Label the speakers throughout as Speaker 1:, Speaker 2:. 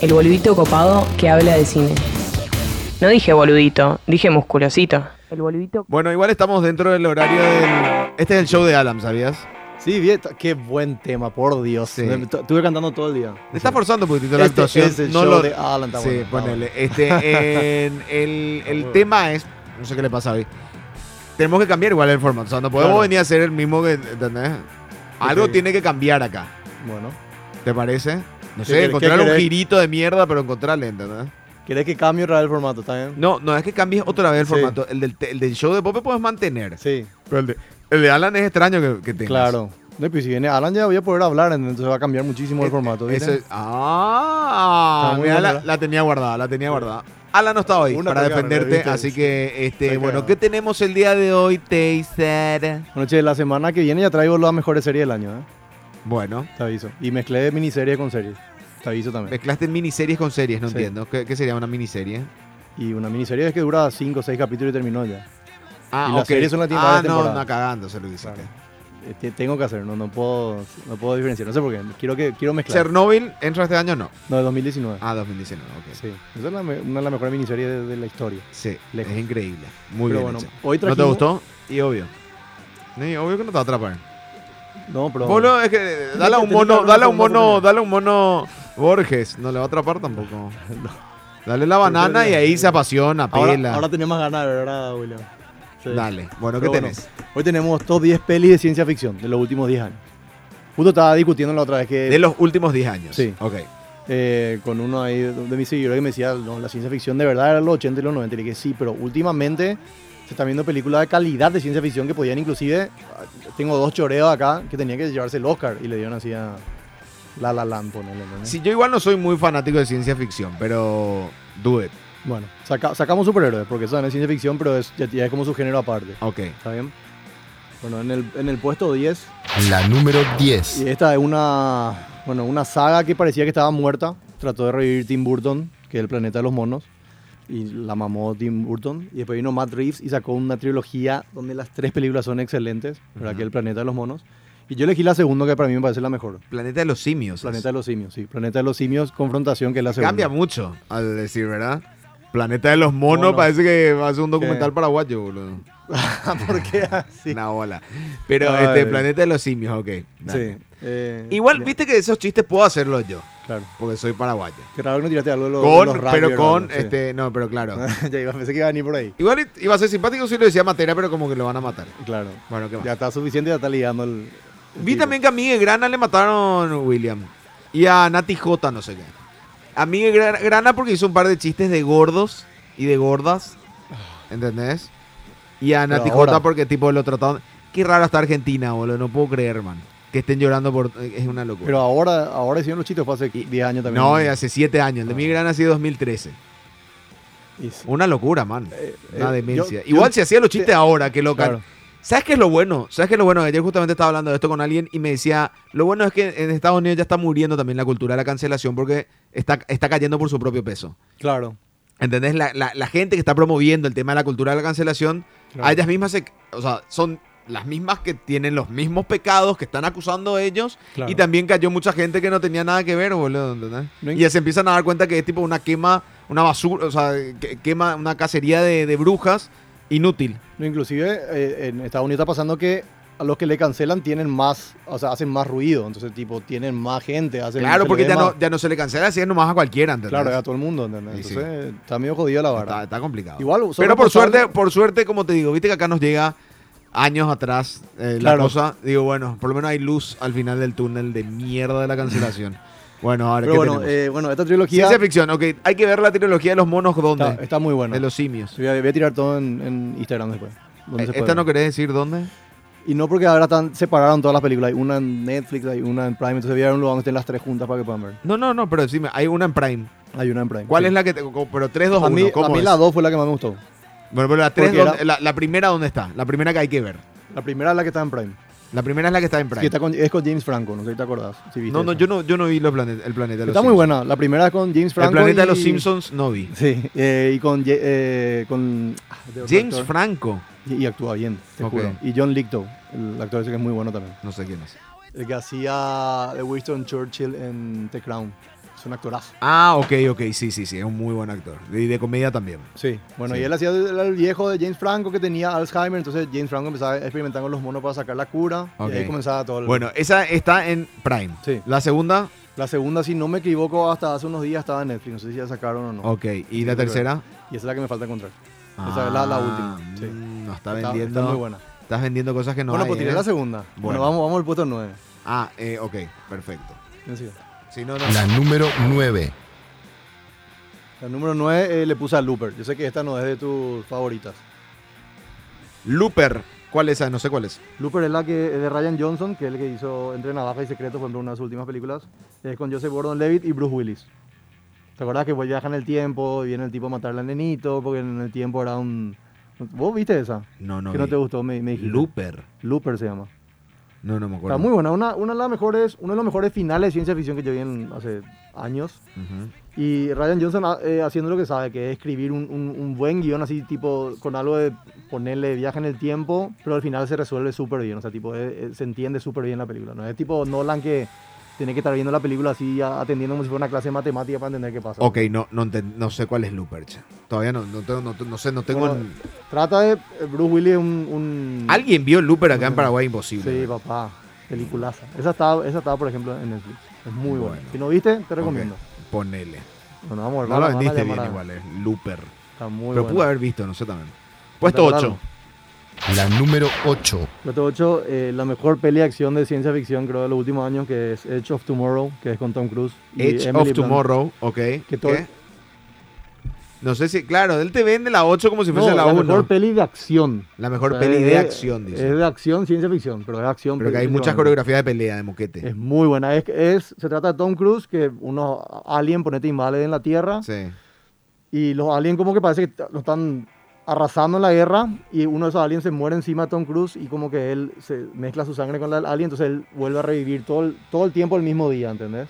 Speaker 1: el boludito copado que habla de cine. No dije boludito, dije musculosito. El boludito.
Speaker 2: Bueno, igual estamos dentro del horario del. Este es el show de Adam, ¿sabías?
Speaker 3: Sí, bien, t- qué buen tema, por Dios.
Speaker 2: Sí.
Speaker 3: Me- t- Estuve cantando todo el día.
Speaker 2: Te está forzando un poquitito la
Speaker 3: Este
Speaker 2: actuación.
Speaker 3: es el
Speaker 2: no
Speaker 3: show
Speaker 2: lo-
Speaker 3: de Alan, está
Speaker 2: sí,
Speaker 3: bueno, está
Speaker 2: ponele. Este, en- el el
Speaker 3: bueno.
Speaker 2: tema es. No sé qué le pasa hoy. Tenemos que cambiar igual el formato. O sea, no podemos
Speaker 3: Claro.
Speaker 2: venir a hacer el mismo que. ¿Entendés? Algo
Speaker 3: Ok.
Speaker 2: tiene que cambiar acá.
Speaker 3: Bueno.
Speaker 2: ¿Te parece? No
Speaker 3: ¿Qué-
Speaker 2: sé,
Speaker 3: qué-
Speaker 2: encontrar
Speaker 3: qué
Speaker 2: un
Speaker 3: querés?
Speaker 2: girito de mierda, pero encontrarle, ¿entendés?
Speaker 3: ¿Querés que cambie otra vez el formato? ¿Está bien?
Speaker 2: No, no es que cambies otra vez el
Speaker 3: Sí.
Speaker 2: formato. El del, te- el del show de Pope puedes mantener.
Speaker 3: Sí,
Speaker 2: Pero el de, el de Alan es extraño que, que tengas.
Speaker 3: claro. No, pero si viene Alan ya voy a poder hablar, entonces va a cambiar muchísimo el
Speaker 2: Eh,
Speaker 3: formato. ¿viste?
Speaker 2: Ese- ah,
Speaker 3: Está muy
Speaker 2: mira,
Speaker 3: bueno,
Speaker 2: la,
Speaker 3: ¿verdad?
Speaker 2: la tenía guardada, la tenía guardada. Alan no está hoy
Speaker 3: Una
Speaker 2: para
Speaker 3: colgada,
Speaker 2: defenderte,
Speaker 3: ¿viste?
Speaker 2: así que este,
Speaker 3: Está
Speaker 2: bueno,
Speaker 3: cagado.
Speaker 2: ¿qué tenemos el día de hoy, Taser?
Speaker 3: Bueno, che, la semana que viene ya traigo las mejores series del año, ¿eh?
Speaker 2: Bueno,
Speaker 3: Te aviso. Y mezclé miniseries con series. Te aviso también.
Speaker 2: mezclaste miniseries con series, no
Speaker 3: Sí.
Speaker 2: entiendo. ¿Qué, qué sería una miniserie?
Speaker 3: Y una miniserie es que dura 5 o 6 capítulos y terminó ya.
Speaker 2: Ah,
Speaker 3: Y las
Speaker 2: ok.
Speaker 3: series son las tiendas
Speaker 2: Ah,
Speaker 3: de
Speaker 2: no,
Speaker 3: temporada.
Speaker 2: no, cagando se lo hiciste.
Speaker 3: Claro. Eh, te- Tengo que hacer, no, no, puedo, no puedo diferenciar. No sé por qué. Quiero, que, quiero mezclar.
Speaker 2: ¿Chernobyl entra este año o no?
Speaker 3: No, de 2019.
Speaker 2: Ah, 2019, ok. Sí,
Speaker 3: Sí. Esa es la me- una de las mejores miniseries de, de la historia. Lejos.
Speaker 2: es increíble. Muy
Speaker 3: pero
Speaker 2: bien.
Speaker 3: bueno,
Speaker 2: hecha.
Speaker 3: hoy
Speaker 2: ¿No
Speaker 3: trajimos...
Speaker 2: te gustó? Y obvio. Sí, obvio que no te va a atrapar.
Speaker 3: No, pero...
Speaker 2: Boludo, es que dale a un
Speaker 3: Tenés
Speaker 2: mono,
Speaker 3: que darle una
Speaker 2: dale a un
Speaker 3: segunda
Speaker 2: mono,
Speaker 3: oportunidad.
Speaker 2: dale a un mono Borges, no le va a atrapar tampoco. Dale la banana y ahí se apasiona,
Speaker 3: ahora,
Speaker 2: pela.
Speaker 3: ahora tenés más ganas, de ¿verdad, William? Sí.
Speaker 2: Dale, bueno, ¿qué
Speaker 3: Pero bueno,
Speaker 2: tenés?
Speaker 3: Hoy tenemos top 10 pelis de ciencia ficción de los últimos 10 años. Justo estaba discutiendo la otra vez que...
Speaker 2: De los últimos 10 años.
Speaker 3: eh, Sí.
Speaker 2: Ok.
Speaker 3: eh, con uno ahí de de mis seguidores que me decía, no, la ciencia ficción de verdad era los 80 y los 90. Y le dije, sí, pero últimamente se están viendo películas de calidad de ciencia ficción que podían inclusive... Tengo dos choreos acá que tenían que llevarse el Oscar y le dieron así a La La Land, ponele. ¿no?
Speaker 2: Sí, yo igual no soy muy fanático de ciencia ficción, pero do it.
Speaker 3: Bueno, saca- sacamos superhéroes, porque eso no es ciencia ficción, pero es, ya, ya es como su género aparte.
Speaker 2: Ok.
Speaker 3: ¿Está bien? Bueno, en el, en el puesto 10,
Speaker 4: La número 10.
Speaker 3: y esta es una, bueno, una saga que parecía que estaba muerta. Trató de revivir Tim Burton, que es el planeta de los monos, y la mamó Tim Burton. Y después vino Matt Reeves y sacó una trilogía donde las tres películas son excelentes, ¿verdad? Que es el planeta de los monos. Y yo elegí la segunda, que para mí me parece la mejor.
Speaker 2: Planeta de los simios.
Speaker 3: Planeta de los simios, sí. Planeta de los simios, confrontación, que es la segunda.
Speaker 2: Cambia mucho al decir, ¿verdad? Planeta de los monos
Speaker 3: Monos.
Speaker 2: parece que va a ser un documental
Speaker 3: Eh.
Speaker 2: paraguayo, boludo.
Speaker 3: ¿Por qué así?
Speaker 2: Una bola. Pero
Speaker 3: Ay.
Speaker 2: este, Planeta de los simios, ok. dale.
Speaker 3: eh. Sí. eh,
Speaker 2: Igual,
Speaker 3: ya,
Speaker 2: viste que esos chistes puedo hacerlo yo,
Speaker 3: Claro.
Speaker 2: porque soy paraguayo.
Speaker 3: Qué raro que no tiraste algo de los, de
Speaker 2: Con,
Speaker 3: los rugby,
Speaker 2: pero
Speaker 3: ¿verdad?
Speaker 2: con,
Speaker 3: Sí.
Speaker 2: este, no, pero claro.
Speaker 3: ya iba, pensé que iba a venir por ahí.
Speaker 2: Igual i- iba a ser simpático si lo decía materia, pero como que lo van a matar.
Speaker 3: Claro.
Speaker 2: Bueno, ¿qué más?
Speaker 3: Ya está suficiente, ya está ligando el. el
Speaker 2: Vi
Speaker 3: tipo.
Speaker 2: también que a Miguel Grana le mataron William. Y a Nati J, no sé qué. A Miguel Gra- Grana porque hizo un par de chistes de gordos y de gordas. ¿Entendés? Y a
Speaker 3: Pero
Speaker 2: Nati
Speaker 3: ahora-
Speaker 2: J porque tipo lo trataron. Qué raro está Argentina, boludo. No puedo creer, man. Que estén llorando por. Es una locura.
Speaker 3: Pero ahora, ahora hicieron los chistes, fue hace 10 años también.
Speaker 2: no, de hace 7 años. El de Miguel Grana ha sido 2013.
Speaker 3: Y sí.
Speaker 2: Una locura, man.
Speaker 3: Eh,
Speaker 2: Una
Speaker 3: eh,
Speaker 2: demencia.
Speaker 3: yo-
Speaker 2: Igual
Speaker 3: yo-
Speaker 2: si hacía los chistes ahora, que loca.
Speaker 3: Claro.
Speaker 2: ¿Sabes qué es lo bueno? ¿Sabes qué es lo bueno? Ayer justamente estaba hablando de esto con alguien y me decía, lo bueno es que en Estados Unidos ya está muriendo también la cultura de la cancelación porque está, está cayendo por su propio peso.
Speaker 3: Claro.
Speaker 2: ¿Entendés? La, la- la gente que está promoviendo el tema de la cultura de la cancelación,
Speaker 3: Claro.
Speaker 2: a ellas mismas se- o sea, son las mismas que tienen los mismos pecados que están acusando a ellos
Speaker 3: Claro.
Speaker 2: y también cayó mucha gente que no tenía nada que ver, boludo, ¿entendés?
Speaker 3: No
Speaker 2: y
Speaker 3: in-
Speaker 2: ya se empiezan a dar cuenta que es tipo una quema, una basura, o sea, que- quema una cacería de, de brujas inútil.
Speaker 3: No, inclusive eh, en Estados Unidos está pasando que a los que le cancelan tienen más, o sea, hacen más ruido. Entonces, tipo, tienen más gente. Hacen
Speaker 2: Claro,
Speaker 3: se
Speaker 2: porque
Speaker 3: le ve
Speaker 2: ya
Speaker 3: más.
Speaker 2: no, ya no se le cancela así es nomás a cualquiera, ¿entendés?
Speaker 3: Claro, a todo el mundo, ¿entendés?
Speaker 2: Sí, sí.
Speaker 3: Entonces, está medio jodido la
Speaker 2: está,
Speaker 3: vara.
Speaker 2: está complicado.
Speaker 3: Igual,
Speaker 2: Pero por
Speaker 3: sobrepasable-
Speaker 2: suerte, por suerte, como te digo, viste que acá nos llega años atrás eh, la
Speaker 3: Claro.
Speaker 2: cosa. Digo, bueno, por lo menos hay luz al final del túnel de mierda de la cancelación. bueno, ahora,
Speaker 3: Pero
Speaker 2: ¿qué
Speaker 3: bueno,
Speaker 2: tenemos?
Speaker 3: eh, bueno, esta trilogía
Speaker 2: Ciencia ficción, ok. Hay que ver la trilogía de los monos, ¿dónde?
Speaker 3: está, está muy buena.
Speaker 2: de los simios.
Speaker 3: Voy a, voy a tirar todo en, en Instagram después. donde
Speaker 2: Eh,
Speaker 3: se
Speaker 2: ¿Esta
Speaker 3: puede.
Speaker 2: no querés decir dónde?
Speaker 3: Y no porque ahora están, separaron todas las películas. Hay una en Netflix, hay una en Prime. Entonces voy a ir a un lugar donde estén las tres juntas para que puedan ver.
Speaker 2: No, no, no, pero decime, hay una en Prime.
Speaker 3: Hay una en Prime.
Speaker 2: ¿Cuál
Speaker 3: sí.
Speaker 2: es la que te, co- pero 3, 2,
Speaker 3: A
Speaker 2: 1?
Speaker 3: mí,
Speaker 2: ¿Cómo
Speaker 3: a mí
Speaker 2: es?
Speaker 3: la dos fue la que más me gustó.
Speaker 2: Bueno, pero la, tres,
Speaker 3: Porque era-
Speaker 2: ¿dónde- la, la primera, ¿dónde está? La primera que hay que ver.
Speaker 3: La primera es la que está en Prime.
Speaker 2: La primera es la que está en Prime.
Speaker 3: Que está con, es con James Franco, no sé si te acordás. si viste
Speaker 2: No, no,
Speaker 3: esa.
Speaker 2: yo no, yo no vi los planet- el planeta de los
Speaker 3: Está muy
Speaker 2: Simpsons.
Speaker 3: buena. La primera es con James Franco.
Speaker 2: el planeta de los
Speaker 3: y-
Speaker 2: Simpsons no vi.
Speaker 3: Sí, eh, y con. Ye- eh, con ah, de otro
Speaker 2: James
Speaker 3: actor.
Speaker 2: Franco.
Speaker 3: Y, y actúa bien, te
Speaker 2: Ok.
Speaker 3: juro. Y John Lithgow, el actor ese que es muy bueno también.
Speaker 2: No sé quién es.
Speaker 3: El que hacía de Winston Churchill en The Crown. Es un actorazo.
Speaker 2: Ah, ok, ok, sí, sí, sí, es un muy buen actor. Y de comedia también.
Speaker 3: Sí, bueno,
Speaker 2: Sí.
Speaker 3: y él hacía era el viejo de James Franco que tenía Alzheimer, entonces James Franco empezaba a experimentar con los monos para sacar la cura,
Speaker 2: Ok.
Speaker 3: y ahí comenzaba todo el...
Speaker 2: Bueno, esa está en Prime.
Speaker 3: Sí.
Speaker 2: La segunda,
Speaker 3: La segunda, si no me equivoco, hasta hace unos días estaba en Netflix, no sé si ya sacaron o no.
Speaker 2: ok. ¿Y la
Speaker 3: creo que-
Speaker 2: tercera?
Speaker 3: Y esa es la que me falta encontrar. Esa es la- la última, sí.
Speaker 2: Ah, mm, No, está,
Speaker 3: Está- está
Speaker 2: vendiendo.
Speaker 3: muy buena.
Speaker 2: Estás vendiendo cosas que no
Speaker 3: bueno,
Speaker 2: hay,
Speaker 3: pues tiré
Speaker 2: ¿eh?
Speaker 3: la segunda. Bueno,
Speaker 2: Bueno.
Speaker 3: vamos, vamos al puesto 9.
Speaker 2: Ah, eh, ok, perfecto. Si no, no.
Speaker 4: La número 9.
Speaker 3: La número 9 le puse a Looper. Yo sé que esta no es de tus favoritas.
Speaker 2: Looper. ¿Cuál es esa? No sé cuál es.
Speaker 3: Looper es la que es de Ryan Johnson, que es el que hizo Entre Navaja y Secreto, por ejemplo, una de sus últimas películas. Es con Joseph Gordon-Levitt y Bruce Willis. ¿Te acuerdas que pues, viajan el tiempo y viene el tipo a matarle al nenito? Porque en el tiempo era un... ¿Vos viste esa?
Speaker 2: No, no.
Speaker 3: que no
Speaker 2: vi.
Speaker 3: te gustó, me, me dijiste.
Speaker 2: Looper.
Speaker 3: Looper se llama.
Speaker 2: No, no me acuerdo.
Speaker 3: Está muy buena. Una, una de las mejores, uno de los mejores finales de ciencia ficción que yo vi en- hace años.
Speaker 2: Ujú.
Speaker 3: Y Ryan Johnson ah, eh, haciendo lo que sabe, que es escribir un, un- un buen guión así, tipo, con algo de ponerle viaje en el tiempo, pero al final se resuelve súper bien. O sea, tipo, eh, eh, se entiende súper bien la película. No es tipo Nolan que tiene que estar viendo la película así, a- atendiendo como si fuera una clase de matemática para entender qué pasa.
Speaker 2: Ok, no, no, enten- no sé cuál es Looper. che. Todavía no, no, tengo- no, no sé, no tengo.
Speaker 3: Bueno,
Speaker 2: en-
Speaker 3: Trata de eh, Bruce Willis, un. un-
Speaker 2: Alguien vio Looper acá en
Speaker 3: Bueno.
Speaker 2: Paraguay, imposible.
Speaker 3: Sí, papá. Peliculaza. Esa estaba, esa estaba, por ejemplo, en Netflix. Es muy buena.
Speaker 2: Bueno.
Speaker 3: Si no viste, te
Speaker 2: Ok,
Speaker 3: recomiendo.
Speaker 2: Ponele.
Speaker 3: Bueno, vamos a ver.
Speaker 2: No la
Speaker 3: vamos a
Speaker 2: vendiste bien
Speaker 3: llamar a-
Speaker 2: igual, eh. Looper.
Speaker 3: Está muy
Speaker 2: Pero
Speaker 3: buena.
Speaker 2: pude haber visto, no sé también. Puesto 8.
Speaker 3: Claro.
Speaker 4: La número 8.
Speaker 3: Plato 8, eh, la mejor peli de acción de ciencia ficción, creo, de los últimos años, que es Edge of Tomorrow, que es con Tom Cruise. y
Speaker 2: Edge
Speaker 3: Emily
Speaker 2: of
Speaker 3: Blunt.
Speaker 2: Tomorrow, ok.
Speaker 3: todo-
Speaker 2: ¿Qué? No sé si, claro, él te vende la 8 como si
Speaker 3: No,
Speaker 2: fuese
Speaker 3: la,
Speaker 2: la 1.
Speaker 3: mejor peli de acción.
Speaker 2: la mejor
Speaker 3: O sea,
Speaker 2: peli
Speaker 3: es
Speaker 2: de acción, dice.
Speaker 3: Es de acción, ciencia ficción, pero es acción.
Speaker 2: Pero que hay
Speaker 3: principalmente.
Speaker 2: muchas coreografías de pelea de moquete.
Speaker 3: Es muy buena. Es, es- se trata de Tom Cruise, que unos alien, ponete invade en la Tierra.
Speaker 2: Sí.
Speaker 3: Y los aliens como que parece que t- lo están arrasando en la guerra y uno de esos aliens se muere encima de Tom Cruise y como que él se mezcla su sangre con la del alien, entonces él vuelve a revivir todo el, todo el tiempo el mismo día, ¿entendés?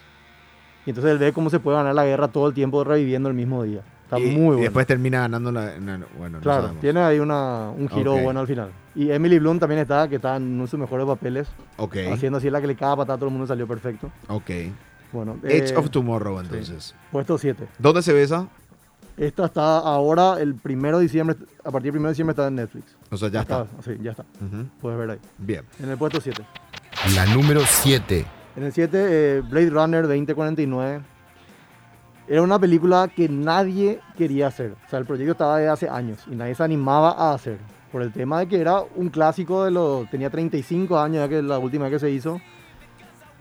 Speaker 3: Y entonces él ve cómo se puede ganar la guerra todo el tiempo reviviendo el mismo día. Está
Speaker 2: Y-
Speaker 3: muy
Speaker 2: Y
Speaker 3: bueno.
Speaker 2: después termina ganando la. no, no, bueno,
Speaker 3: claro,
Speaker 2: no sabemos.
Speaker 3: tiene ahí una, un giro
Speaker 2: Ok.
Speaker 3: bueno al final. Y Emily Bloom también está, que está en uno de sus mejores papeles,
Speaker 2: Ok,
Speaker 3: haciendo así la que le caga patada, todo el mundo salió perfecto.
Speaker 2: ok.
Speaker 3: Bueno,
Speaker 2: Edge
Speaker 3: eh,
Speaker 2: of Tomorrow, entonces.
Speaker 3: puesto 7.
Speaker 2: ¿Dónde se besa?
Speaker 3: Esta está ahora, el primero de diciembre, a partir del 1 de diciembre está en Netflix.
Speaker 2: O sea, ya está.
Speaker 3: Ah, Sí, ya está.
Speaker 2: Ujú,
Speaker 3: Puedes ver ahí.
Speaker 2: Bien.
Speaker 3: En el puesto 7.
Speaker 4: La número 7.
Speaker 3: En el 7, eh, Blade Runner 2049. Era una película que nadie quería hacer. O sea, el proyecto estaba de hace años y nadie se animaba a hacer. Por el tema de que era un clásico de los... Tenía 35 años ya que la última vez que se hizo.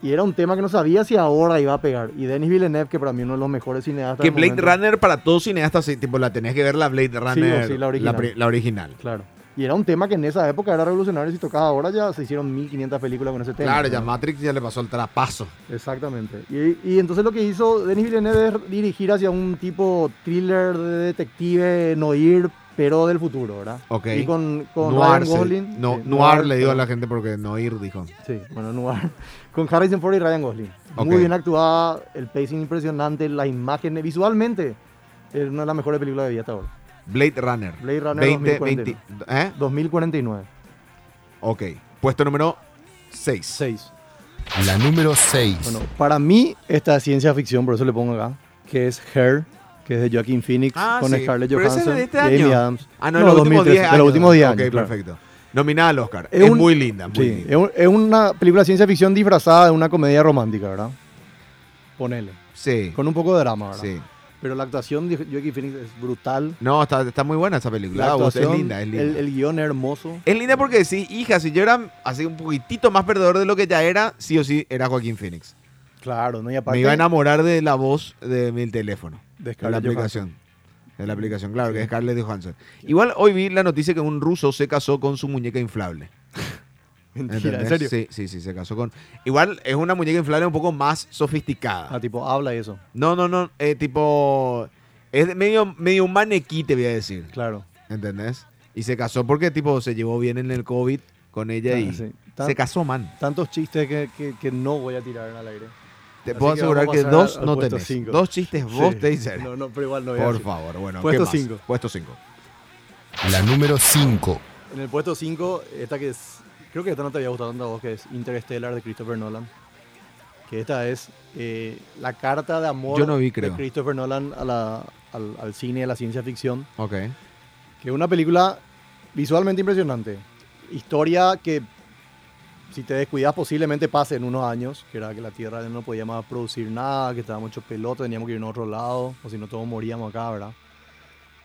Speaker 3: Y era un tema que no sabía si ahora iba a pegar. Y Denis Villeneuve, que para mí uno de los mejores cineastas...
Speaker 2: Que
Speaker 3: del
Speaker 2: Blade
Speaker 3: momento.
Speaker 2: Runner para todos cineastas, sí, tipo, la tenías que ver la Blade Runner.
Speaker 3: sí, la
Speaker 2: La,
Speaker 3: original.
Speaker 2: pri- la original.
Speaker 3: Claro. Y era un tema que en esa época era revolucionario. Si tocaba ahora ya se hicieron 1500 películas con ese tema.
Speaker 2: Claro,
Speaker 3: ¿no?
Speaker 2: ya Matrix ya le pasó el trapazo.
Speaker 3: Exactamente. Y, y entonces lo que hizo Denis Villeneuve es dirigir hacia un tipo thriller de detective noir, pero del futuro, ¿verdad?
Speaker 2: Ok.
Speaker 3: Y con, con
Speaker 2: Noir,
Speaker 3: Ryan
Speaker 2: se-
Speaker 3: Gosling. eh,
Speaker 2: no,
Speaker 3: sí,
Speaker 2: Noir le digo a
Speaker 3: pero-
Speaker 2: la gente porque no ir dijo.
Speaker 3: Sí, bueno, Noir. Con Harrison Ford y Ryan Gosling.
Speaker 2: Ok.
Speaker 3: Muy bien actuada, el pacing impresionante, las imágenes, visualmente, es una de las mejores películas de vida hasta ahora.
Speaker 2: Blade Runner.
Speaker 3: Blade Runner
Speaker 2: 20,
Speaker 3: 2049.
Speaker 2: 20, ¿eh?
Speaker 3: 2049.
Speaker 2: Ok. Puesto número 6.
Speaker 3: 6.
Speaker 4: La número 6.
Speaker 3: Bueno, para mí esta es ciencia ficción, por eso le pongo acá, que es Her, que es de Joaquin Phoenix
Speaker 2: Ah,
Speaker 3: con
Speaker 2: sí.
Speaker 3: Scarlett
Speaker 2: Pero ese es
Speaker 3: Johansson
Speaker 2: de este
Speaker 3: y Amy
Speaker 2: año.
Speaker 3: Adams.
Speaker 2: Ah, no, de los últimos
Speaker 3: 2013,
Speaker 2: 10 años.
Speaker 3: de los últimos 10 años,
Speaker 2: Ok,
Speaker 3: claro.
Speaker 2: perfecto. Nominada al Oscar. Es,
Speaker 3: Es un-
Speaker 2: muy linda, muy
Speaker 3: Sí,
Speaker 2: linda.
Speaker 3: es, un- es una película de ciencia ficción disfrazada de una comedia romántica, ¿verdad? Ponele.
Speaker 2: Sí,
Speaker 3: Con un poco de drama, ¿verdad?
Speaker 2: sí.
Speaker 3: Pero la actuación de Joaquin Phoenix es brutal.
Speaker 2: No, está, está muy buena esa película.
Speaker 3: La
Speaker 2: Ah, vos,
Speaker 3: actuación,
Speaker 2: es linda, es linda.
Speaker 3: El, el guión es hermoso.
Speaker 2: Es linda porque decís, hija, si yo era así un poquitito más perdedor de lo que ya era, sí o sí era Joaquín Phoenix.
Speaker 3: Claro, ¿no? Y
Speaker 2: Me
Speaker 3: aparte,
Speaker 2: iba a enamorar de la voz de mi teléfono.
Speaker 3: De
Speaker 2: De la
Speaker 3: Scarlett
Speaker 2: aplicación. De la aplicación, claro, que es Scarlett Johansson. Igual hoy vi la noticia que un ruso se casó con su muñeca inflable.
Speaker 3: mentira, ¿en
Speaker 2: ¿entendés? Sí,
Speaker 3: serio?
Speaker 2: sí, sí, se casó con. Igual es una muñeca inflable un poco más sofisticada.
Speaker 3: Ah, tipo, habla y eso.
Speaker 2: No, no, no, eh, tipo. Es de- medio, medio un maniquí, te voy a decir.
Speaker 3: Claro.
Speaker 2: ¿Entendés? Y se casó porque, tipo, se llevó bien en el COVID con ella
Speaker 3: Ah,
Speaker 2: y.
Speaker 3: sí.
Speaker 2: Se casó, man.
Speaker 3: Tantos chistes que, que- que no voy a tirar al aire.
Speaker 2: Te
Speaker 3: Así
Speaker 2: puedo
Speaker 3: que
Speaker 2: asegurar
Speaker 3: vamos a
Speaker 2: que
Speaker 3: pasar
Speaker 2: dos
Speaker 3: al- al
Speaker 2: no
Speaker 3: puesto
Speaker 2: tenés.
Speaker 3: cinco.
Speaker 2: Dos chistes vos
Speaker 3: Sí.
Speaker 2: te dicen.
Speaker 3: No, no, pero igual no voy a
Speaker 2: Por
Speaker 3: decir.
Speaker 2: favor, bueno,
Speaker 3: Puesto
Speaker 2: ¿qué más?
Speaker 3: cinco.
Speaker 2: Puesto 5.
Speaker 4: La número 5.
Speaker 3: En el puesto 5, esta que es. Creo que esta no te había gustado tanto a vos, que es Interstellar de Christopher Nolan. que esta es eh, la carta de amor
Speaker 2: Yo no vi,
Speaker 3: de
Speaker 2: creo.
Speaker 3: Christopher Nolan a la- al, al cine, a la ciencia ficción,
Speaker 2: Ok.
Speaker 3: que es una película visualmente impresionante. Historia que, si te descuidas, posiblemente pase en unos años, que era que la Tierra no podía más producir nada, que estábamos hechos pelota, teníamos que irnos a otro lado, o si no todos moríamos acá, ¿verdad?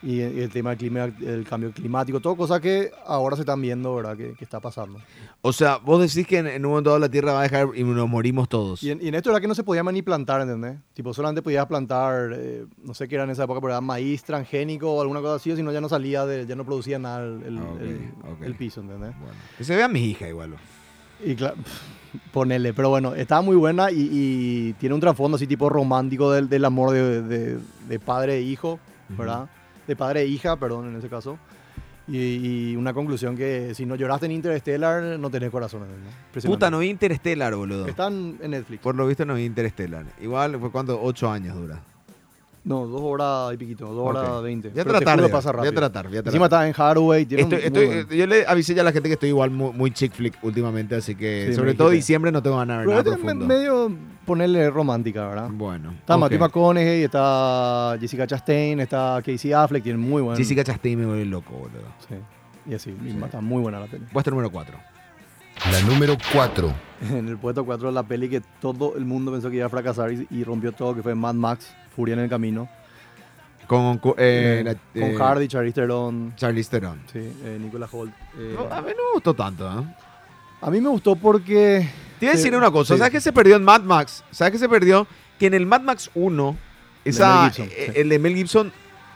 Speaker 3: Y y el tema del clima- el cambio climático, todo cosas que ahora se están viendo, ¿verdad? Que, que está pasando.
Speaker 2: O sea, vos decís que en, en un momento dado la Tierra va a dejar y nos morimos todos.
Speaker 3: Y en, y en esto era que no se podía más ni plantar, ¿entendés? Tipo, solamente podías plantar, eh, no sé qué era en esa época, pero era maíz transgénico o alguna cosa así, o si no, ya no salía, de, ya no producía nada el, el-
Speaker 2: Ah, ok,
Speaker 3: el-
Speaker 2: ok.
Speaker 3: el piso, ¿entendés?
Speaker 2: Bueno, que se vea mi hija igual.
Speaker 3: Y claro, ponele, pero bueno, está muy buena y, y tiene un trasfondo así tipo romántico del, del amor de, de- de padre e hijo, ¿verdad? De padre e hija, perdón, en ese caso. Y, y una conclusión que si no lloraste en Interstellar, no tenés corazón, ¿entendés?
Speaker 2: Puta,
Speaker 3: Impresionante.
Speaker 2: no vi Interstellar, boludo.
Speaker 3: Están en Netflix.
Speaker 2: Por lo visto no vi Interstellar. Igual fue cuando ocho años dura.
Speaker 3: No, dos horas y piquito, dos horas
Speaker 2: Ok.
Speaker 3: veinte.
Speaker 2: Voy a
Speaker 3: Pero te
Speaker 2: tratar,
Speaker 3: juro,
Speaker 2: de,
Speaker 3: pasa
Speaker 2: voy a
Speaker 3: rápido.
Speaker 2: tratar, voy a tratar.
Speaker 3: Encima está en Hardway, tiene
Speaker 2: Estoy-
Speaker 3: un-
Speaker 2: estoy- eh,
Speaker 3: muy bueno.
Speaker 2: yo le avisé ya a la gente que estoy igual muy, muy chick flick últimamente, así que
Speaker 3: Sí,
Speaker 2: sobre
Speaker 3: me
Speaker 2: todo
Speaker 3: dijiste.
Speaker 2: diciembre no tengo ganas de ver
Speaker 3: Pero
Speaker 2: nada
Speaker 3: este es
Speaker 2: profundo.
Speaker 3: me- medio ponerle romántica, ¿verdad?
Speaker 2: Bueno.
Speaker 3: Está
Speaker 2: ok.
Speaker 3: Matthew McConaughey, está Jessica Chastain, está Casey Affleck, tiene muy buen...
Speaker 2: Jessica Chastain me vuelve loco, boludo.
Speaker 3: Sí, y así, y está muy buena la peli.
Speaker 2: Puesto número 4.
Speaker 4: La número 4.
Speaker 3: En el puesto 4 de la peli que todo el mundo pensó que iba a fracasar y, y rompió todo, que fue Mad Max, Furia en el Camino.
Speaker 2: Con, cu- eh,
Speaker 3: Eh,
Speaker 2: la-
Speaker 3: con
Speaker 2: eh,
Speaker 3: Hardy, Charlize Theron,
Speaker 2: Charlize Theron.
Speaker 3: sí, eh, Nicolas Holt. eh.
Speaker 2: No, a mí no me gustó tanto, ¿eh?
Speaker 3: a mí me gustó porque...
Speaker 2: Te iba a
Speaker 3: Sí,
Speaker 2: decir una cosa.
Speaker 3: sí.
Speaker 2: ¿Sabes qué se perdió en Mad Max? ¿Sabes qué se perdió? Que en el Mad Max 1, esa,
Speaker 3: Mel Gibson,
Speaker 2: eh,
Speaker 3: sí.
Speaker 2: el de Mel Gibson,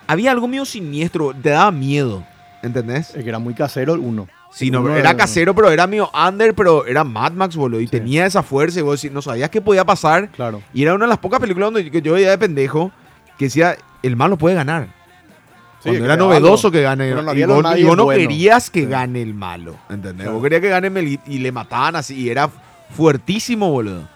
Speaker 2: había algo medio siniestro. Te daba miedo. ¿Entendés?
Speaker 3: Es que era muy casero el uno.
Speaker 2: Sí, no,
Speaker 3: Uno
Speaker 2: era
Speaker 3: era-
Speaker 2: casero, pero era medio under, pero era Mad Max, boludo. Y
Speaker 3: Sí.
Speaker 2: tenía esa fuerza y vos decís, no sabías qué podía pasar.
Speaker 3: Claro.
Speaker 2: Y era una de las pocas películas donde yo- que yo veía de pendejo que decía, el malo puede ganar.
Speaker 3: Sí,
Speaker 2: Cuando
Speaker 3: que
Speaker 2: era
Speaker 3: era
Speaker 2: novedoso
Speaker 3: algo.
Speaker 2: que gane.
Speaker 3: Pero no
Speaker 2: y
Speaker 3: había
Speaker 2: vos,
Speaker 3: nadie
Speaker 2: y vos no
Speaker 3: bueno.
Speaker 2: querías que
Speaker 3: Sí.
Speaker 2: gane el malo, ¿entendés?
Speaker 3: Claro.
Speaker 2: Vos querías que gane Mel y le mataban así. Y era fuertísimo, boludo.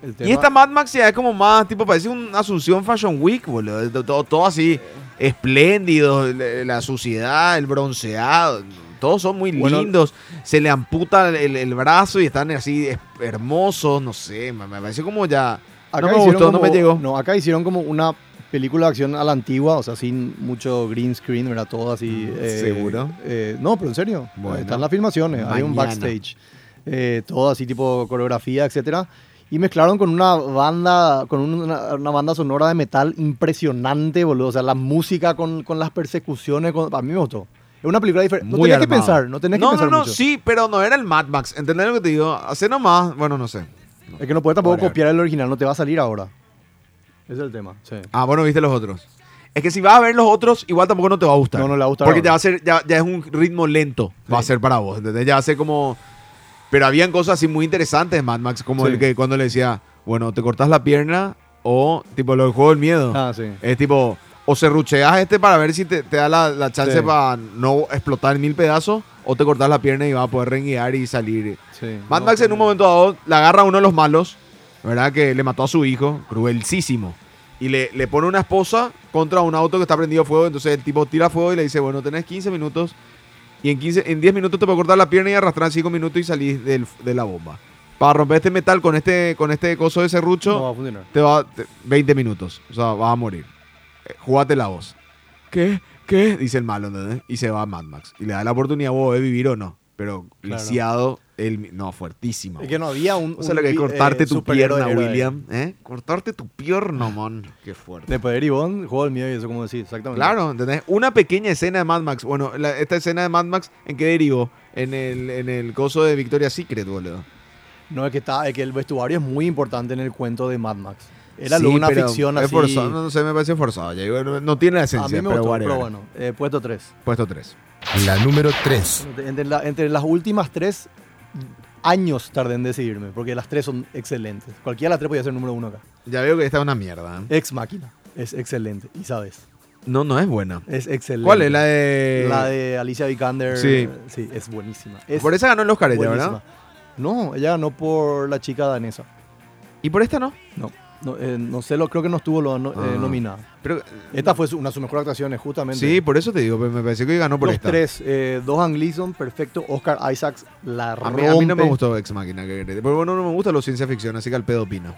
Speaker 3: El
Speaker 2: Y
Speaker 3: tema-
Speaker 2: esta Mad Max ya es como más, tipo, parece una Asunción Fashion Week, boludo. To- Todo, todo así, espléndido, la, la suciedad, el bronceado. Todos son muy
Speaker 3: Bueno,
Speaker 2: lindos. Se le amputa el, el brazo y están así es- hermosos, no sé. Me, me pareció como ya...
Speaker 3: Acá
Speaker 2: no me
Speaker 3: hicieron
Speaker 2: gustó, no me
Speaker 3: como-
Speaker 2: llegó.
Speaker 3: No, acá hicieron como una película de acción a la antigua, o sea, sin mucho green screen, era todo así.
Speaker 2: Mm,
Speaker 3: eh,
Speaker 2: ¿seguro?
Speaker 3: eh, no, pero en serio.
Speaker 2: Bueno.
Speaker 3: Están las filmaciones, hay un
Speaker 2: Mañana.
Speaker 3: backstage. eh, todo así tipo coreografía, etcétera. Y mezclaron con una banda, con una, una banda sonora de metal impresionante, boludo. O sea, la música con, con las persecuciones. con- a mí me gustó. Es una película diferente. No
Speaker 2: muy
Speaker 3: tenés que
Speaker 2: armado.
Speaker 3: pensar, no tenés que
Speaker 2: No,
Speaker 3: pensar
Speaker 2: no, no,
Speaker 3: mucho.
Speaker 2: sí, pero no era el Mad Max. ¿Entendés lo que te digo? Hace nomás, bueno, no sé.
Speaker 3: Es que no puedes tampoco
Speaker 2: Whatever.
Speaker 3: copiar el original, no te va a salir ahora. Ese es el tema. Sí.
Speaker 2: Ah, bueno, viste los otros. Es que si vas a ver los otros, igual tampoco no te va a gustar.
Speaker 3: No, no le va a gustar
Speaker 2: Porque
Speaker 3: ahora.
Speaker 2: ya va a ser, ya, ya es un ritmo lento. Va a ser para vos, ¿entendés? Ya va a ser como. Pero habían cosas así muy interesantes de Mad Max, como
Speaker 3: Sí.
Speaker 2: el que cuando le decía, bueno, te cortas la pierna o tipo lo del juego del miedo.
Speaker 3: Ah, sí.
Speaker 2: Es tipo, o serrucheas este para ver si te, te da la, la chance
Speaker 3: Sí.
Speaker 2: para no explotar en mil pedazos, o te cortas la pierna y vas a poder renguear y salir.
Speaker 3: Sí,
Speaker 2: Mad
Speaker 3: no,
Speaker 2: Max en
Speaker 3: no.
Speaker 2: un momento dado le agarra a uno de los malos, ¿verdad? Que le mató a su hijo, cruelísimo. Y le, le pone una esposa contra un auto que está prendido a fuego. Entonces el tipo tira fuego y le dice, bueno, tenés 15 minutos. Y en, 15, en 10 minutos te puedo cortar la pierna y arrastrar 5 minutos y salís del- de la bomba. Para romper este metal con este, con este coso de serrucho,
Speaker 3: No va a funcionar.
Speaker 2: te va te- 20 minutos. O sea, vas a morir. Eh, jugate la voz. ¿Qué? ¿Qué? Dice el malo, ¿entendés? Y se va a Mad Max. Y le da la oportunidad, vos, de vivir o no. Pero
Speaker 3: Claro.
Speaker 2: lisiado, él... mi- No, fuertísimo.
Speaker 3: Es que no había un.
Speaker 2: O sea,
Speaker 3: un
Speaker 2: lo que es
Speaker 3: vi-
Speaker 2: cortarte
Speaker 3: eh,
Speaker 2: tu
Speaker 3: superhéroe
Speaker 2: pierna,
Speaker 3: héroe.
Speaker 2: William. ¿eh? Cortarte tu pierna, man. Qué fuerte.
Speaker 3: De poder y Bond, juego del miedo y eso, como decís, exactamente.
Speaker 2: Claro, ¿entendés? Una pequeña escena de Mad Max. Bueno, la- esta escena de Mad Max, ¿en qué derivó? En el, en el coso de Victoria's Secret, boludo.
Speaker 3: No, es que, está, es que el vestuario es muy importante en el cuento de Mad Max. Era
Speaker 2: Sí,
Speaker 3: luego una
Speaker 2: pero
Speaker 3: ficción
Speaker 2: es
Speaker 3: así.
Speaker 2: forzado, no sé, me pareció forzado. ya digo, no, no tiene la esencia,
Speaker 3: a mí me
Speaker 2: pero,
Speaker 3: gustó,
Speaker 2: whatever.
Speaker 3: pero bueno. eh, puesto 3.
Speaker 2: Puesto 3.
Speaker 4: La número 3.
Speaker 3: Entre, la- entre las últimas tres, años tardé en decidirme, porque las tres son excelentes. Cualquiera de las tres podía ser número uno acá.
Speaker 2: Ya veo que esta es una mierda. ¿eh?
Speaker 3: Ex Máquina. Es excelente, y sabes.
Speaker 2: No, no es buena.
Speaker 3: Es excelente.
Speaker 2: ¿Cuál es la de.?
Speaker 3: La de Alicia Vikander.
Speaker 2: Sí.
Speaker 3: Sí, es buenísima. Es
Speaker 2: Por esa ganó el Oscar ella,
Speaker 3: buenísima.
Speaker 2: ¿verdad?
Speaker 3: No, ella ganó por la chica danesa.
Speaker 2: Y por esta no.
Speaker 3: No, no, eh, no sé, lo, creo que no estuvo lo, no- eh,
Speaker 2: Ah.
Speaker 3: nominada.
Speaker 2: Pero,
Speaker 3: Esta fue su- una de sus mejores actuaciones, justamente.
Speaker 2: sí, por eso te digo, me me pareció que ganó por
Speaker 3: Los
Speaker 2: esta.
Speaker 3: tres, eh, dos Anglison, perfecto. Oscar Isaacs, la
Speaker 2: A
Speaker 3: rompe.
Speaker 2: mí, a mí no me gustó Ex Máquina. que- Pero bueno, no me gusta la ciencia ficción, así que al pedo opino.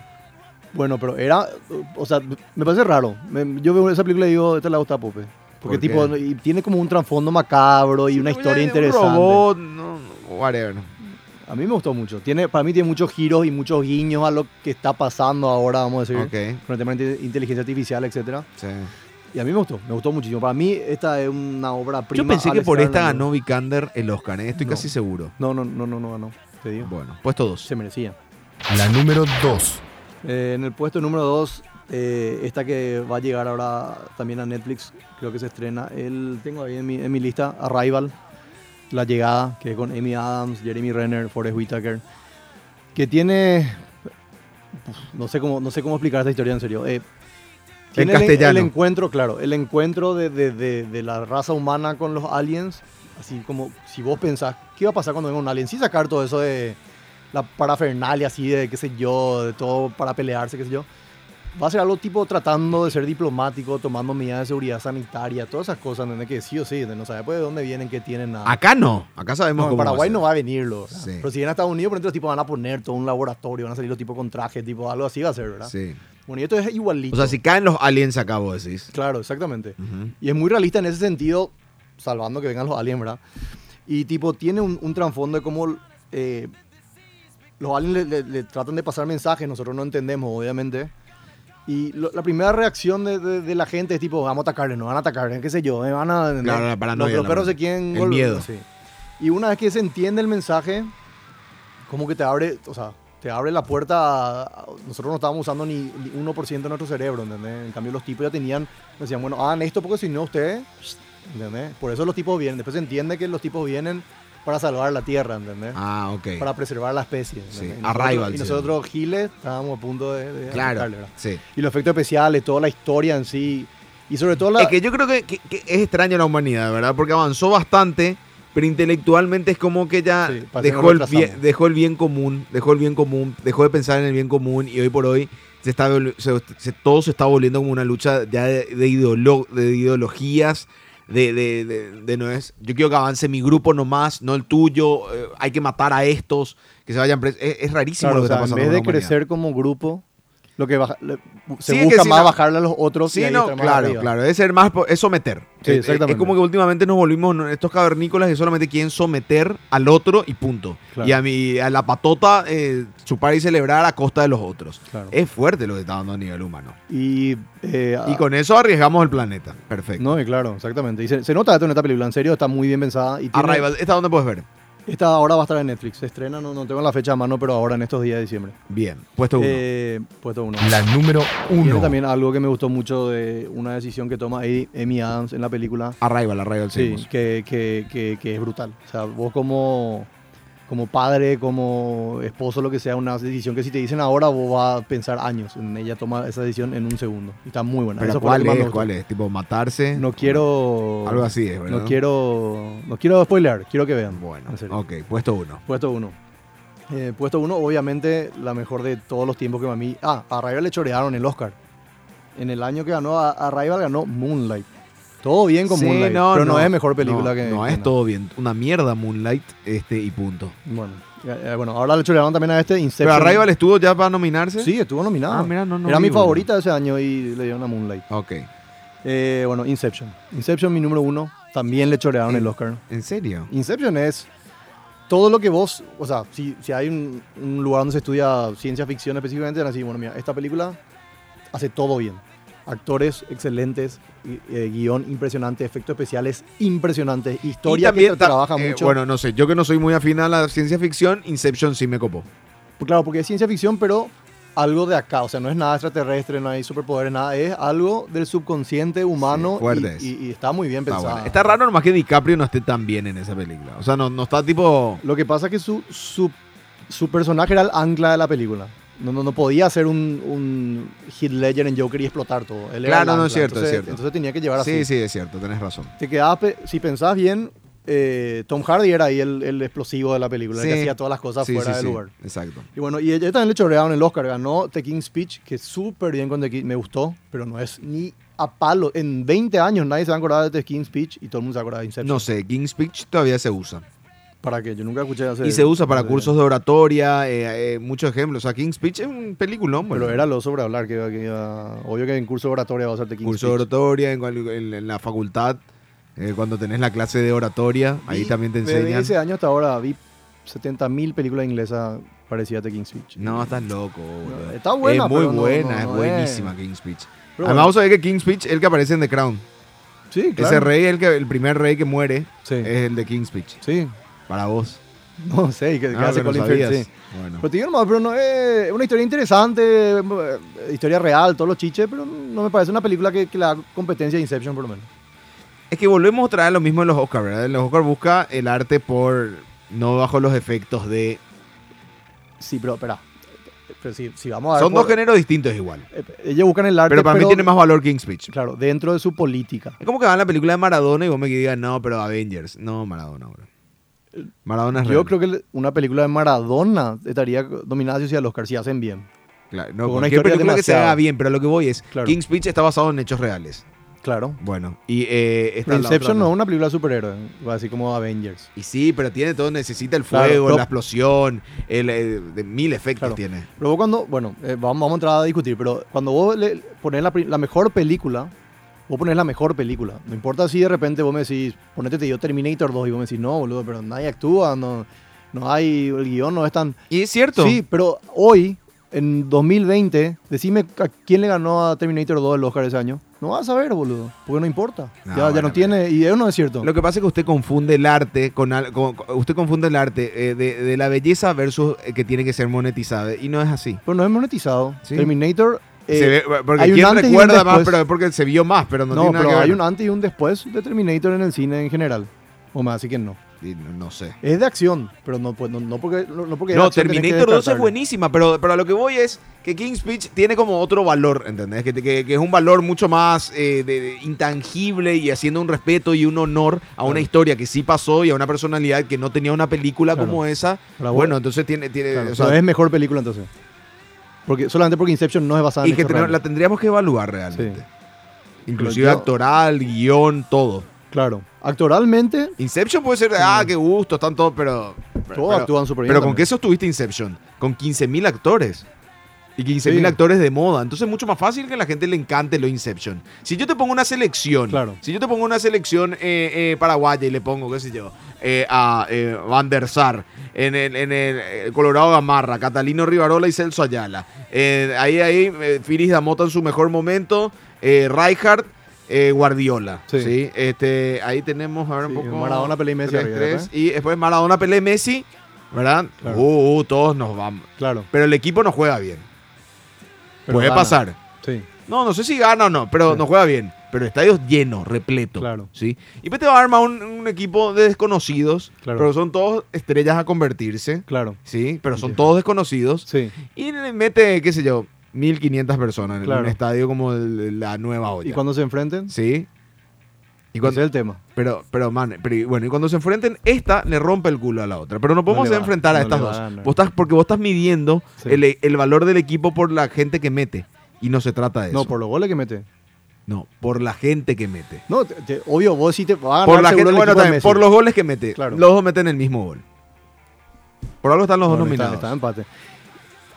Speaker 3: Bueno, pero era. O sea, me parece raro. Me- yo veo esa película y digo, esta le gusta a Pope. Porque,
Speaker 2: ¿Por
Speaker 3: tipo,
Speaker 2: qué?
Speaker 3: y tiene como un trasfondo macabro y una historia interesante.
Speaker 2: Un robot, no, whatever.
Speaker 3: A mí me gustó mucho. Tiene, para mí tiene muchos giros y muchos guiños a lo que está pasando ahora, vamos a decir.
Speaker 2: Ok.
Speaker 3: Con el tema de inte- inteligencia artificial, etcétera.
Speaker 2: Sí.
Speaker 3: Y a mí me gustó, me gustó muchísimo. Para mí esta es una obra prima.
Speaker 2: Yo pensé que
Speaker 3: Alex
Speaker 2: por esta
Speaker 3: Garland.
Speaker 2: ganó Vikander el Oscar, ¿eh? estoy
Speaker 3: No.
Speaker 2: casi seguro.
Speaker 3: No, no, no, no, no ganó. Te digo.
Speaker 2: Bueno, puesto dos.
Speaker 3: Se merecía.
Speaker 4: La número 2.
Speaker 3: Eh, en el puesto número 2, esta que va a llegar ahora también a Netflix, creo que se estrena. El, tengo ahí en mi, en mi lista Arrival, La Llegada, que es con Amy Adams, Jeremy Renner, Forrest Whitaker, que tiene... Uf, no, sé cómo, no sé cómo explicar esta historia en serio. Eh, tiene el- El,
Speaker 2: castellano.
Speaker 3: encuentro, claro, el encuentro de, de- de- de la raza humana con los aliens. Así como si vos pensás, ¿qué va a pasar cuando venga un alien? Sí sacar todo eso de la parafernalia así de qué sé yo, de todo para pelearse, qué sé yo. Va a ser algo tipo tratando de ser diplomático, tomando medidas de seguridad sanitaria, todas esas cosas, ¿entendés? Que sí o sí, no sabemos de dónde vienen, qué tienen, nada.
Speaker 2: Acá no, acá
Speaker 3: No,
Speaker 2: sabemos
Speaker 3: en
Speaker 2: Ah, cómo
Speaker 3: Paraguay
Speaker 2: ser.
Speaker 3: no va a venirlo. ¿verdad?
Speaker 2: Sí.
Speaker 3: Pero si vienen a Estados Unidos, por ejemplo, los tipos van a poner todo un laboratorio, van a salir los tipos con trajes, tipo algo así va a ser, ¿verdad?
Speaker 2: Sí.
Speaker 3: Bueno, y esto es igualito.
Speaker 2: O sea, si caen los aliens acá, vos decís.
Speaker 3: Claro, exactamente.
Speaker 2: Ujú.
Speaker 3: Y es muy realista en ese sentido, salvando que vengan los aliens, ¿verdad? Y tipo, tiene un, un trasfondo de cómo eh, los aliens le, le- le tratan de pasar mensajes, nosotros no entendemos, obviamente. Y lo- la primera reacción de, de- de la gente es tipo, vamos a atacarles, nos van a atacar, qué sé yo, me van a...
Speaker 2: Claro, la
Speaker 3: los-
Speaker 2: paranoia,
Speaker 3: Los
Speaker 2: la
Speaker 3: perros se
Speaker 2: paranoia.
Speaker 3: quieren...
Speaker 2: El
Speaker 3: gol-
Speaker 2: miedo.
Speaker 3: sí. Y una vez que se entiende el mensaje, como que te abre, o sea, te abre la puerta. a- a- nosotros no estábamos usando ni, ni 1% de nuestro cerebro, ¿entendés? En cambio, los tipos ya tenían, decían, bueno, hagan esto porque si no, ustedes, ¿entendés? Por eso los tipos vienen. Después se entiende que los tipos vienen para salvar la tierra, ¿entendés?
Speaker 2: Ah, ok.
Speaker 3: Para preservar la especie. ¿entendés?
Speaker 2: Sí,
Speaker 3: Y nosotros-
Speaker 2: Arrival,
Speaker 3: Y
Speaker 2: sí.
Speaker 3: nosotros, Giles, estábamos a punto de. de
Speaker 2: claro.
Speaker 3: atacarle, ¿verdad?
Speaker 2: Sí.
Speaker 3: Y los efectos especiales, toda la historia en sí. Y sobre todo la.
Speaker 2: Es que yo creo que, que- que es extraño la humanidad, ¿verdad? Porque avanzó bastante, pero intelectualmente es como que ya
Speaker 3: Sí, parece que
Speaker 2: dejó, el
Speaker 3: nos
Speaker 2: bien,
Speaker 3: retrasamos.
Speaker 2: dejó el bien común, dejó el bien común, dejó de pensar en el bien común y hoy por hoy se está, vol- se- se- todo se está volviendo como una lucha ya de, de ideolo- de ideologías. De, de- de- de no es, yo quiero que avance mi grupo nomás, no el tuyo, eh, hay que matar a estos, que se vayan pres- es, es rarísimo
Speaker 3: Claro,
Speaker 2: lo que
Speaker 3: o
Speaker 2: está
Speaker 3: sea, en
Speaker 2: pasando. con
Speaker 3: vez
Speaker 2: la
Speaker 3: de
Speaker 2: humanidad.
Speaker 3: crecer como grupo, lo que baja- le- se
Speaker 2: Sí, es que
Speaker 3: busca
Speaker 2: si
Speaker 3: más
Speaker 2: la-
Speaker 3: bajarle a los otros. y
Speaker 2: Sí,
Speaker 3: ahí
Speaker 2: no,
Speaker 3: está más
Speaker 2: claro,
Speaker 3: arriba.
Speaker 2: claro. Es ser más, po- es someter. Es-
Speaker 3: Sí,
Speaker 2: es-
Speaker 3: exactamente.
Speaker 2: Es como que últimamente nos volvimos no- estos cavernícolas que solamente quieren someter al otro y punto.
Speaker 3: Claro.
Speaker 2: Y a mi, a la patota, eh, chupar y celebrar a costa de los otros.
Speaker 3: Claro.
Speaker 2: Es fuerte lo que está dando a nivel humano.
Speaker 3: Y, eh, ah,
Speaker 2: Y con eso arriesgamos el planeta. Perfecto.
Speaker 3: No, y claro, exactamente. Y se, se nota esto en esta película, en serio, está muy bien pensada. Y tiene-
Speaker 2: Arrival, ¿esta dónde puedes ver?
Speaker 3: Esta ahora va a estar en Netflix. Se estrena, no, no tengo la fecha a mano, pero ahora en estos días de diciembre.
Speaker 2: Bien, puesto uno.
Speaker 3: Eh, puesto uno.
Speaker 4: La número
Speaker 3: Tiene
Speaker 4: 1.
Speaker 3: también algo que me gustó mucho de una decisión que toma Eddie- Amy Adams en la película.
Speaker 2: Arrival, Arrival,
Speaker 3: Sí,
Speaker 2: seguimos.
Speaker 3: que, que- que- que es brutal. O sea, vos como, como padre, como esposo, lo que sea, una decisión que si te dicen ahora, vos vas a pensar años. En ella toma esa decisión en un segundo. Y está muy buena.
Speaker 2: Pero
Speaker 3: Eso fue lo
Speaker 2: ¿cuál
Speaker 3: que más me
Speaker 2: es?
Speaker 3: gustó.
Speaker 2: ¿Cuál es? Tipo, matarse.
Speaker 3: No quiero...
Speaker 2: Algo así es, ¿verdad?
Speaker 3: No quiero, no quiero spoilear, quiero que vean.
Speaker 2: Bueno,
Speaker 3: en serio.
Speaker 2: ok, puesto uno.
Speaker 3: Puesto uno. Eh, puesto uno, obviamente, la mejor de todos los tiempos que a mí. Ah, a Rival le chorearon el Oscar. En el año que ganó, a, a Rival ganó Moonlight. Todo bien con
Speaker 2: Sí,
Speaker 3: Moonlight, pero no, es mejor película
Speaker 2: no,
Speaker 3: que.
Speaker 2: No,
Speaker 3: que
Speaker 2: es
Speaker 3: nada.
Speaker 2: todo bien. Una mierda, Moonlight, este y punto.
Speaker 3: Bueno, eh, eh, bueno, ahora le chorearon también a este
Speaker 2: Pero
Speaker 3: Inception.
Speaker 2: Arrival estuvo ya para nominarse.
Speaker 3: Sí, estuvo nominado.
Speaker 2: Ah, mira, no- no
Speaker 3: Era
Speaker 2: vi,
Speaker 3: mi
Speaker 2: boludo.
Speaker 3: favorita de ese año y le dieron a Moonlight.
Speaker 2: Ok.
Speaker 3: Eh, bueno, Inception. Inception, mi número uno. También le chorearon el Oscar.
Speaker 2: ¿En serio?
Speaker 3: Inception es todo lo que vos, o sea, si, si hay un, un lugar donde se estudia ciencia ficción específicamente, van a decir, bueno, mira, esta película hace todo bien. Actores excelentes, gui- eh, guión impresionante, efectos especiales impresionantes, historia que
Speaker 2: ta-
Speaker 3: tra- trabaja
Speaker 2: eh,
Speaker 3: mucho.
Speaker 2: Bueno, no sé, yo que no soy muy afín a la ciencia ficción, Inception sí me copó. Ah,
Speaker 3: Pues Claro, porque es ciencia ficción, pero algo de acá, o sea, no es nada extraterrestre, no hay superpoderes, nada, es algo del subconsciente humano
Speaker 2: Sí, fuerte
Speaker 3: y,
Speaker 2: es.
Speaker 3: y- y está muy bien
Speaker 2: Está,
Speaker 3: pensado.
Speaker 2: buena. Está raro nomás que DiCaprio no esté tan bien en esa película. O sea, no, no está tipo...
Speaker 3: Lo que pasa es que su, su, su personaje era el ancla de la película. No, no, no podía ser un, un Heath Ledger en Joker y explotar todo. Él era
Speaker 2: Claro,
Speaker 3: el
Speaker 2: no, no,
Speaker 3: ancla.
Speaker 2: es cierto, es
Speaker 3: entonces,
Speaker 2: cierto.
Speaker 3: Entonces tenía que llevar
Speaker 2: Sí,
Speaker 3: así.
Speaker 2: sí, es cierto, tenés razón.
Speaker 3: Te quedabas pe- si pensabas bien, eh, Tom Hardy era ahí el, el explosivo de la película, el
Speaker 2: Sí.
Speaker 3: que hacía todas las cosas
Speaker 2: Sí,
Speaker 3: fuera
Speaker 2: sí,
Speaker 3: del
Speaker 2: sí,
Speaker 3: lugar.
Speaker 2: Exacto.
Speaker 3: Y bueno, y ella también le chorearon el Oscar, ganó The King's Speech, que súper bien con The King, me gustó, pero no es ni a palo. En 20 años nadie se va a acordar de The King's Speech y todo el mundo se va a acordar de Inception.
Speaker 2: No sé, King's Speech todavía se usa.
Speaker 3: ¿Para qué? Yo nunca escuché hacer
Speaker 2: Y se usa para cursos de oratoria, eh, eh, muchos ejemplos. O sea, King's Speech es un peliculón, boludo.
Speaker 3: Pero era lo sobre hablar, que, iba- que iba- obvio que en curso de oratoria vas a hacerte 15
Speaker 2: curso de oratoria, en, cual- en- en la facultad, eh, cuando tenés la clase de oratoria, ahí también te
Speaker 3: Desde
Speaker 2: enseñan.
Speaker 3: ese año hasta ahora vi 70.000 películas inglesas parecidas a The King's Speech.
Speaker 2: No, estás loco, boludo.
Speaker 3: está buena,
Speaker 2: Es muy
Speaker 3: pero no-
Speaker 2: buena,
Speaker 3: no-
Speaker 2: es
Speaker 3: no
Speaker 2: buenísima
Speaker 3: es.
Speaker 2: King's Speech.
Speaker 3: Pero
Speaker 2: Además,
Speaker 3: bueno.
Speaker 2: vos sabés que King's Speech es el que aparece en The Crown.
Speaker 3: Sí, claro.
Speaker 2: Ese rey, el, que, el primer rey que muere,
Speaker 3: Sí.
Speaker 2: es el de King's Speech.
Speaker 3: Sí.
Speaker 2: Para vos.
Speaker 3: No sé, ¿y ¿qué, qué
Speaker 2: Ah,
Speaker 3: hace
Speaker 2: que no
Speaker 3: Colin Firth?
Speaker 2: sabías.
Speaker 3: Sí.
Speaker 2: Bueno.
Speaker 3: Pero te digo nomás, pero no, eh, es una historia interesante, eh, historia real, todos los chiches, pero no me parece una película que, que la competencia de Inception, por lo menos.
Speaker 2: Es que volvemos otra vez a lo mismo en los Oscars, ¿verdad? En los Oscars busca el arte por. No bajo los efectos de.
Speaker 3: Sí, pero espera. Pero si, si vamos a ver
Speaker 2: Son
Speaker 3: por-
Speaker 2: dos géneros distintos igual.
Speaker 3: eh, Ellos buscan el arte.
Speaker 2: Pero para mí tiene más valor King's Speech.
Speaker 3: Claro, dentro de su política.
Speaker 2: Es como que van a la película de Maradona y vos me digas, no, pero Avengers. No, Maradona, bro. Maradona es
Speaker 3: Yo creo que le- una película de Maradona estaría dominada si el Oscar, si hacen bien.
Speaker 2: no,
Speaker 3: con una
Speaker 2: cualquier
Speaker 3: historia
Speaker 2: película que se
Speaker 3: demasiado.
Speaker 2: haga bien, pero lo que voy es.
Speaker 3: Claro.
Speaker 2: King's Speech está basado en hechos reales.
Speaker 3: Claro.
Speaker 2: Bueno, y eh, esta
Speaker 3: Pero
Speaker 2: es la otra,
Speaker 3: Inception no es una película de superhéroes, así como Avengers.
Speaker 2: Y sí, pero tiene todo, necesita el
Speaker 3: Claro,
Speaker 2: fuego,
Speaker 3: pero-
Speaker 2: la explosión, el, eh, de mil efectos
Speaker 3: Claro.
Speaker 2: tiene.
Speaker 3: Pero vos cuando, bueno, eh, vamos, vamos a entrar a discutir, pero cuando vos le pones la, pri- la mejor película, vos pones la mejor película. No importa si de repente vos me decís, ponete te digo Terminator 2 y vos me decís, no, boludo, pero nadie actúa, no, no hay, el guión no es tan...
Speaker 2: Y es cierto.
Speaker 3: Sí, pero hoy, en 2020, decime a quién le ganó a Terminator 2 el Oscar ese año. No vas a ver, boludo, porque no importa.
Speaker 2: No,
Speaker 3: ya, ya
Speaker 2: bueno,
Speaker 3: no tiene, y eso no es cierto.
Speaker 2: Lo que pasa es que usted confunde el arte con, al- con- con- usted confunde el arte eh, de, de la belleza versus eh, que tiene que ser monetizada y no es así.
Speaker 3: Pero no es monetizado.
Speaker 2: Sí.
Speaker 3: Terminator... eh,
Speaker 2: Se ve- porque
Speaker 3: hay un
Speaker 2: quién
Speaker 3: antes y un
Speaker 2: recuerda más,
Speaker 3: después.
Speaker 2: pero es porque se vio más, pero no,
Speaker 3: No,
Speaker 2: tiene nada
Speaker 3: pero
Speaker 2: que
Speaker 3: hay
Speaker 2: ver.
Speaker 3: un antes y un después de Terminator en el cine en general. O más, así que no.
Speaker 2: Y no, no sé.
Speaker 3: Es de acción, pero no, pues, no, no porque. No, no porque es de
Speaker 2: No,
Speaker 3: acción tenés que
Speaker 2: Terminator 2 es
Speaker 3: descartarlo.
Speaker 2: buenísima, pero, pero a lo que voy es que King's Speech tiene como otro valor, ¿entendés? Que, que- que es un valor mucho más eh, de- de- intangible y haciendo un respeto y un honor a una
Speaker 3: Claro.
Speaker 2: historia que sí pasó y a una personalidad que no tenía una película
Speaker 3: Claro.
Speaker 2: como esa. bueno,
Speaker 3: Pero bueno,
Speaker 2: entonces tiene... tiene
Speaker 3: Claro,
Speaker 2: Eh, o sea,
Speaker 3: pero es mejor película entonces. Porque, solamente porque Inception no es basada
Speaker 2: y
Speaker 3: en
Speaker 2: que
Speaker 3: hechos
Speaker 2: tenemos- la
Speaker 3: reales.
Speaker 2: tendríamos que evaluar realmente.
Speaker 3: Sí.
Speaker 2: Inclusive
Speaker 3: Pero yo-
Speaker 2: actoral, guión, todo.
Speaker 3: Claro. Actoralmente,
Speaker 2: Inception puede ser, ah, qué gusto, están todos, pero... pero-
Speaker 3: todos actúan súper bien.
Speaker 2: Pero ¿con qué
Speaker 3: también.
Speaker 2: sostuviste Inception? Con 15.000 actores. Y 15.000
Speaker 3: Sí.
Speaker 2: actores de moda. Entonces es mucho más fácil que a la gente le encante lo Inception. Si yo te pongo una selección,
Speaker 3: Claro.
Speaker 2: si yo te pongo una selección eh, eh, paraguaya y le pongo, qué sé yo, eh, a eh, Van der Sar, en el, en el eh, Colorado Gamarra, Catalino Rivarola y Celso Ayala. Eh, ahí, ahí, eh, Firis Damota en su mejor momento, eh, Rijkaard, eh, Guardiola. Sí.
Speaker 3: Sí.
Speaker 2: Este, ahí tenemos, a ver un
Speaker 3: Sí,
Speaker 2: poco.
Speaker 3: Maradona, Pelé y Messi
Speaker 2: tres,
Speaker 3: arriba,
Speaker 2: tres,
Speaker 3: ¿verdad?
Speaker 2: y después Maradona, Pelé, Messi, ¿verdad?
Speaker 3: Claro.
Speaker 2: Uh, uh, todos nos vamos.
Speaker 3: Claro.
Speaker 2: Pero el equipo no juega bien.
Speaker 3: pero
Speaker 2: Puede
Speaker 3: gana.
Speaker 2: pasar.
Speaker 3: Sí.
Speaker 2: No, no sé si gana o no, pero
Speaker 3: Sí.
Speaker 2: no juega bien. Pero estadios llenos, repleto.
Speaker 3: Claro.
Speaker 2: ¿sí? Y pues te va a armar un, un equipo de desconocidos,
Speaker 3: Claro.
Speaker 2: pero son todos estrellas a convertirse.
Speaker 3: Claro.
Speaker 2: Sí, pero son
Speaker 3: Entiendo.
Speaker 2: todos desconocidos.
Speaker 3: Sí.
Speaker 2: Y le mete, qué sé yo, 1500 personas en
Speaker 3: Claro.
Speaker 2: un estadio como el- la Nueva
Speaker 3: ¿Y
Speaker 2: Olla.
Speaker 3: cuando se enfrenten?
Speaker 2: Pues ¿Sí? Y
Speaker 3: Ese
Speaker 2: cuando,
Speaker 3: es el tema.
Speaker 2: Pero, pero, man, pero, y bueno, y cuando se enfrenten, esta le rompe el culo a la otra. Pero no podemos
Speaker 3: le va,
Speaker 2: enfrentar a
Speaker 3: no le
Speaker 2: estas
Speaker 3: va
Speaker 2: dos.
Speaker 3: a ganar.
Speaker 2: Vos estás, porque vos estás midiendo
Speaker 3: Sí.
Speaker 2: el, el valor del equipo por la gente que mete. Y no se trata de eso.
Speaker 3: No, por los goles que mete.
Speaker 2: No, por la gente que mete.
Speaker 3: No, te- te- obvio, vos sí te vas a ganar
Speaker 2: Por la
Speaker 3: Ah, seguro
Speaker 2: gente,
Speaker 3: el
Speaker 2: bueno,
Speaker 3: equipo de
Speaker 2: también,
Speaker 3: Messi.
Speaker 2: por los goles que mete.
Speaker 3: Claro.
Speaker 2: Los dos meten el mismo gol. Por algo están los dos
Speaker 3: Bueno, está-
Speaker 2: nominados.
Speaker 3: está empate.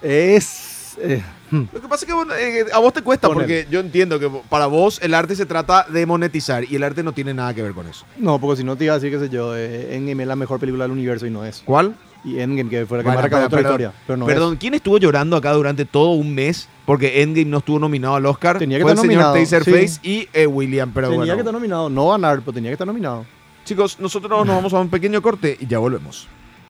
Speaker 3: Es. eh, hmm.
Speaker 2: Lo que pasa es que vos, eh, a vos te cuesta,
Speaker 3: Ponele.
Speaker 2: porque yo entiendo que para vos el arte se trata de monetizar y el arte no tiene nada que ver con eso.
Speaker 3: No, porque si no te iba a decir, qué sé yo, eh, Endgame es la mejor película del universo y no es.
Speaker 2: ¿Cuál?
Speaker 3: Y Endgame, que fue la que
Speaker 2: Bueno,
Speaker 3: más recaudó
Speaker 2: pero-
Speaker 3: otra historia. Pero no
Speaker 2: Perdón, ¿quién estuvo llorando acá durante todo un mes porque Endgame no estuvo nominado al Oscar?
Speaker 3: Tenía que
Speaker 2: Fue
Speaker 3: estar
Speaker 2: el señor
Speaker 3: nominado,
Speaker 2: Taserface
Speaker 3: sí.
Speaker 2: y eh, William,
Speaker 3: es.
Speaker 2: pero
Speaker 3: Tenía
Speaker 2: bueno.
Speaker 3: que estar nominado. No ganar, pero tenía que estar nominado.
Speaker 2: Chicos, nosotros nos vamos a un pequeño corte y ya volvemos.